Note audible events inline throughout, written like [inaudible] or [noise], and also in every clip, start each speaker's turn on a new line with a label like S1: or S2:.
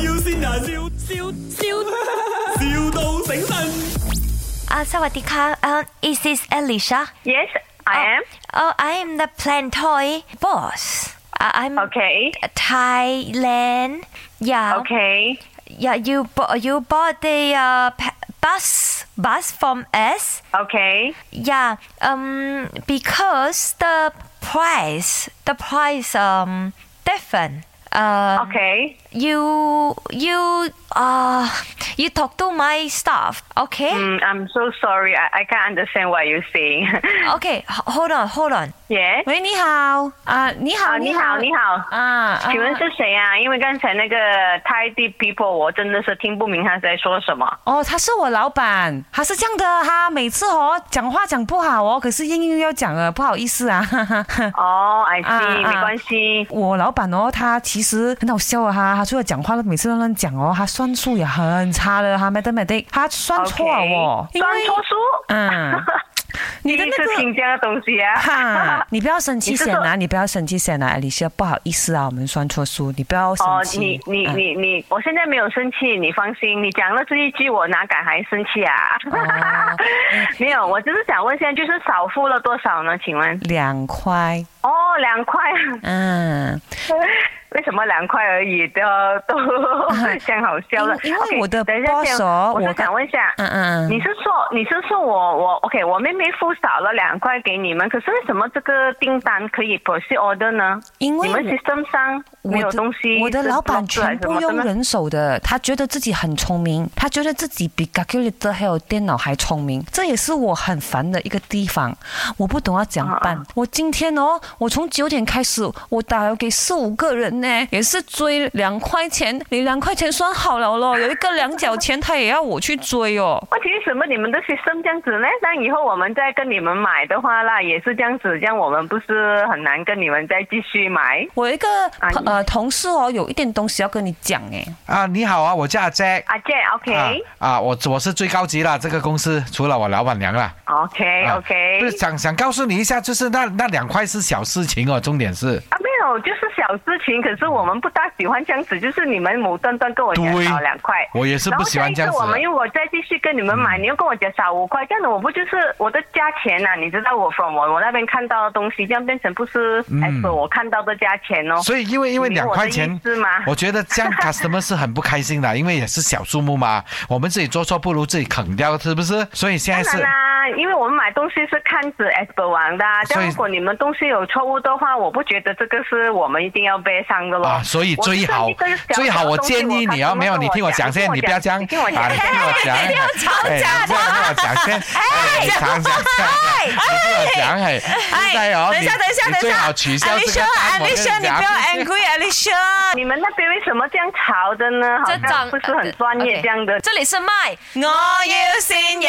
S1: 要先人，笑笑笑，笑到醒神。
S2: Uh, Sawadika, uh, is this Alicia?
S3: Yes, I am.
S2: Oh, I am the plantoy boss. Uh, I'm
S3: Okay.
S2: Thailand.
S4: Oh.
S2: Yeah.
S3: Okay.
S2: Yeah, you, bo- you bought the uh, pa- bus bus from us.
S3: Okay.
S2: Yeah. Um, because the price, the price um different.
S4: Oh.
S2: Uh,
S3: Okay.
S2: you you uh you talk to my staff. Okay.
S3: Mm, I'm so sorry. I, I can't understand what you're saying. [laughs]
S2: Okay. h- Hold on. Hold on.
S3: yes.
S4: 喂，你好，啊，你好，
S3: 啊，你好，你好。
S4: 啊，
S3: 请问
S4: 啊
S3: 是谁啊？因为刚才那个 Tidy People，我真的是听不明他在说什么。
S4: 哦，他是我老板，他是这样的，他每次哦讲话讲不好哦，可是硬硬要讲啊，不好意思啊， [laughs] 哈哈哈。
S3: 哦，I see，
S4: 啊
S3: 没关系。
S4: 我老板哦，他其实很好笑啊，他他除了讲话，每次乱乱讲哦，他算数也很差的，他 m a d a m a d 他算错哦
S3: OK，
S4: 因
S3: 算
S4: 为
S3: 错书。 [laughs]
S4: 嗯，
S3: 第
S4: 你的
S3: 一
S4: 那
S3: 次
S4: 个。
S3: 听这样的东西啊。
S4: 哈，你不要生气
S3: 你是
S4: 先啊！
S3: 说
S4: 你不要生气先啊，李希，不好意思啊，我们算错书，你不要
S3: [laughs] 哦
S4: 生，气。
S3: 你你
S4: 嗯
S3: 你你，我现在没有生气，你放心。你讲了这一句，我哪敢还生气啊？ [laughs]
S4: 哦
S3: 没有，我只是想问一下，就是少付了多少呢？请问？
S4: 两块，
S3: 哦，两块，
S4: 嗯，
S3: 为什么两块而已的都这样好笑了？
S4: 因因为
S3: OK，
S4: 我的
S3: 等一下
S4: boss
S3: 先，
S4: 哦
S3: 我
S4: 我
S3: 是
S4: 刚
S3: 想问一下，
S4: 嗯嗯嗯
S3: 你是说你是说我我 OK，我妹妹付少了两块给你们，可是为什么这个订单可以 proceed order 呢？
S4: 因为
S3: 你们
S4: 我
S3: system 上没有东西
S4: 我的
S3: 是
S4: 老板
S3: block 出来
S4: 全部
S3: 什么
S4: 用
S3: 的吗
S4: 人手的，他觉得自己很聪明，他觉得自己比 calculator 还有电脑还聪明，这也是我很烦的一个地方。我不懂要怎样
S3: 啊
S4: 办。我今天哦，我从九点开始，我打了给四五个人呢，也是追两块钱，你两块钱算好了咯，有一个两角钱他也要我去追哦。
S3: 问题是什么？你们的 system 这样子呢？那以后我们再跟你们买的话啦，也是这样子，这样我们不是很难跟你们再继续买？
S4: 我有一个
S3: [laughs] 阿姨
S4: 呃同事哦，有一点东西要跟你讲诶。
S5: 啊，你好啊，我叫阿 Jack。
S3: 阿健，OK、
S5: 啊啊，我我是最高级了，这个公司除了我老板娘啦。
S3: OK
S5: 啊
S3: OK，
S5: 不是想想告诉你一下，就是那那两块是小事情哦，重点是
S3: 啊，没有，就是小事情。可是我们不大喜欢这样子，就是你们某端端跟我讲
S5: 对
S3: 少两块，
S5: 我也是不喜欢这
S3: 然
S5: 样
S3: 后下一次
S5: 子嗯
S3: 我们如果再继续跟你们买，你又跟我讲少五块，这样的我不就是我的价钱呐、你知道我from 我我那边看到的东西，这样变成不是
S5: 嗯
S3: as 我看到的价钱哦。
S5: 所以因为因为
S3: 你明
S5: 两
S3: 我的
S5: 块
S3: 意
S5: 钱
S3: 思吗，
S5: 我觉得这样 customer 是很不开心的，因为也是小数目嘛，我们自己做错不如自己啃掉，是不是？所以现在
S3: 当然
S5: 哎是。
S3: 啦，因为我们买东西是看着 as 本王的、啊，
S5: 所
S3: 但
S5: 以
S3: 如果你们东西有错误的话，我不觉得这个是我们一定要背上的咯。
S5: 啊，所以
S3: 哦我就是
S5: 最好
S3: 一个小
S5: 最好，
S3: 小
S5: 我
S3: 东西
S5: 建议你
S3: 看
S5: 要
S3: 什么
S5: 没有
S3: 跟
S5: 你听我讲先，你不要这样
S3: 你听我讲
S5: 啊，你听我讲，哎，你不要跟我讲先，哎，你常常这样你听我讲，哎，现在哦，
S4: 等一
S5: 你
S4: 下，等一下，
S5: 你
S4: 等一
S5: 最
S4: 下
S5: 好取消这个单，我跟你
S4: ，Alicia，Alicia，你不要
S5: 讲。啊
S4: angry，Alicia。
S3: 你们那边为什么这样吵的呢？好像不是很专业这样的。
S2: 呃这里是麦
S4: 我要先人。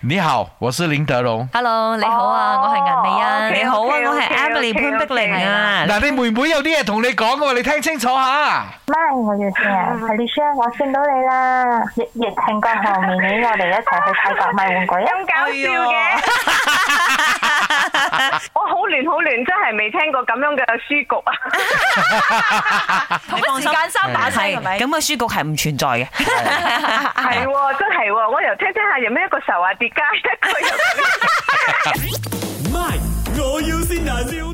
S5: 你好，我是林德荣。
S2: ，Hello，你好啊，
S3: 哦
S2: 我係顏美欣。
S3: OK
S4: 你好啊，
S3: OK，OK，
S4: 我係
S3: OK，
S4: Emily 潘碧玲啊。
S5: 嗱，你妹妹有啲嘢同你講喎，你聽清楚吓。
S6: 媽，我要先啊，係 l i 我見到你啦！疫疫情過後，明年我哋一齊去泰國買玩具啊！
S3: 咁搞笑嘅，
S5: 哎
S3: [laughs] 我好亂好亂，真係未聽過咁樣嘅書局
S5: [laughs]
S3: 啊！
S2: 同一時間三
S4: 哎
S2: 把聲係咪？
S4: 咁嘅書局係唔存在嘅。
S3: 係喎，真係喎，我又聽聽下有咩一個仇啊跌街，一
S1: 咪，
S3: 個又。
S1: 我要先人，笑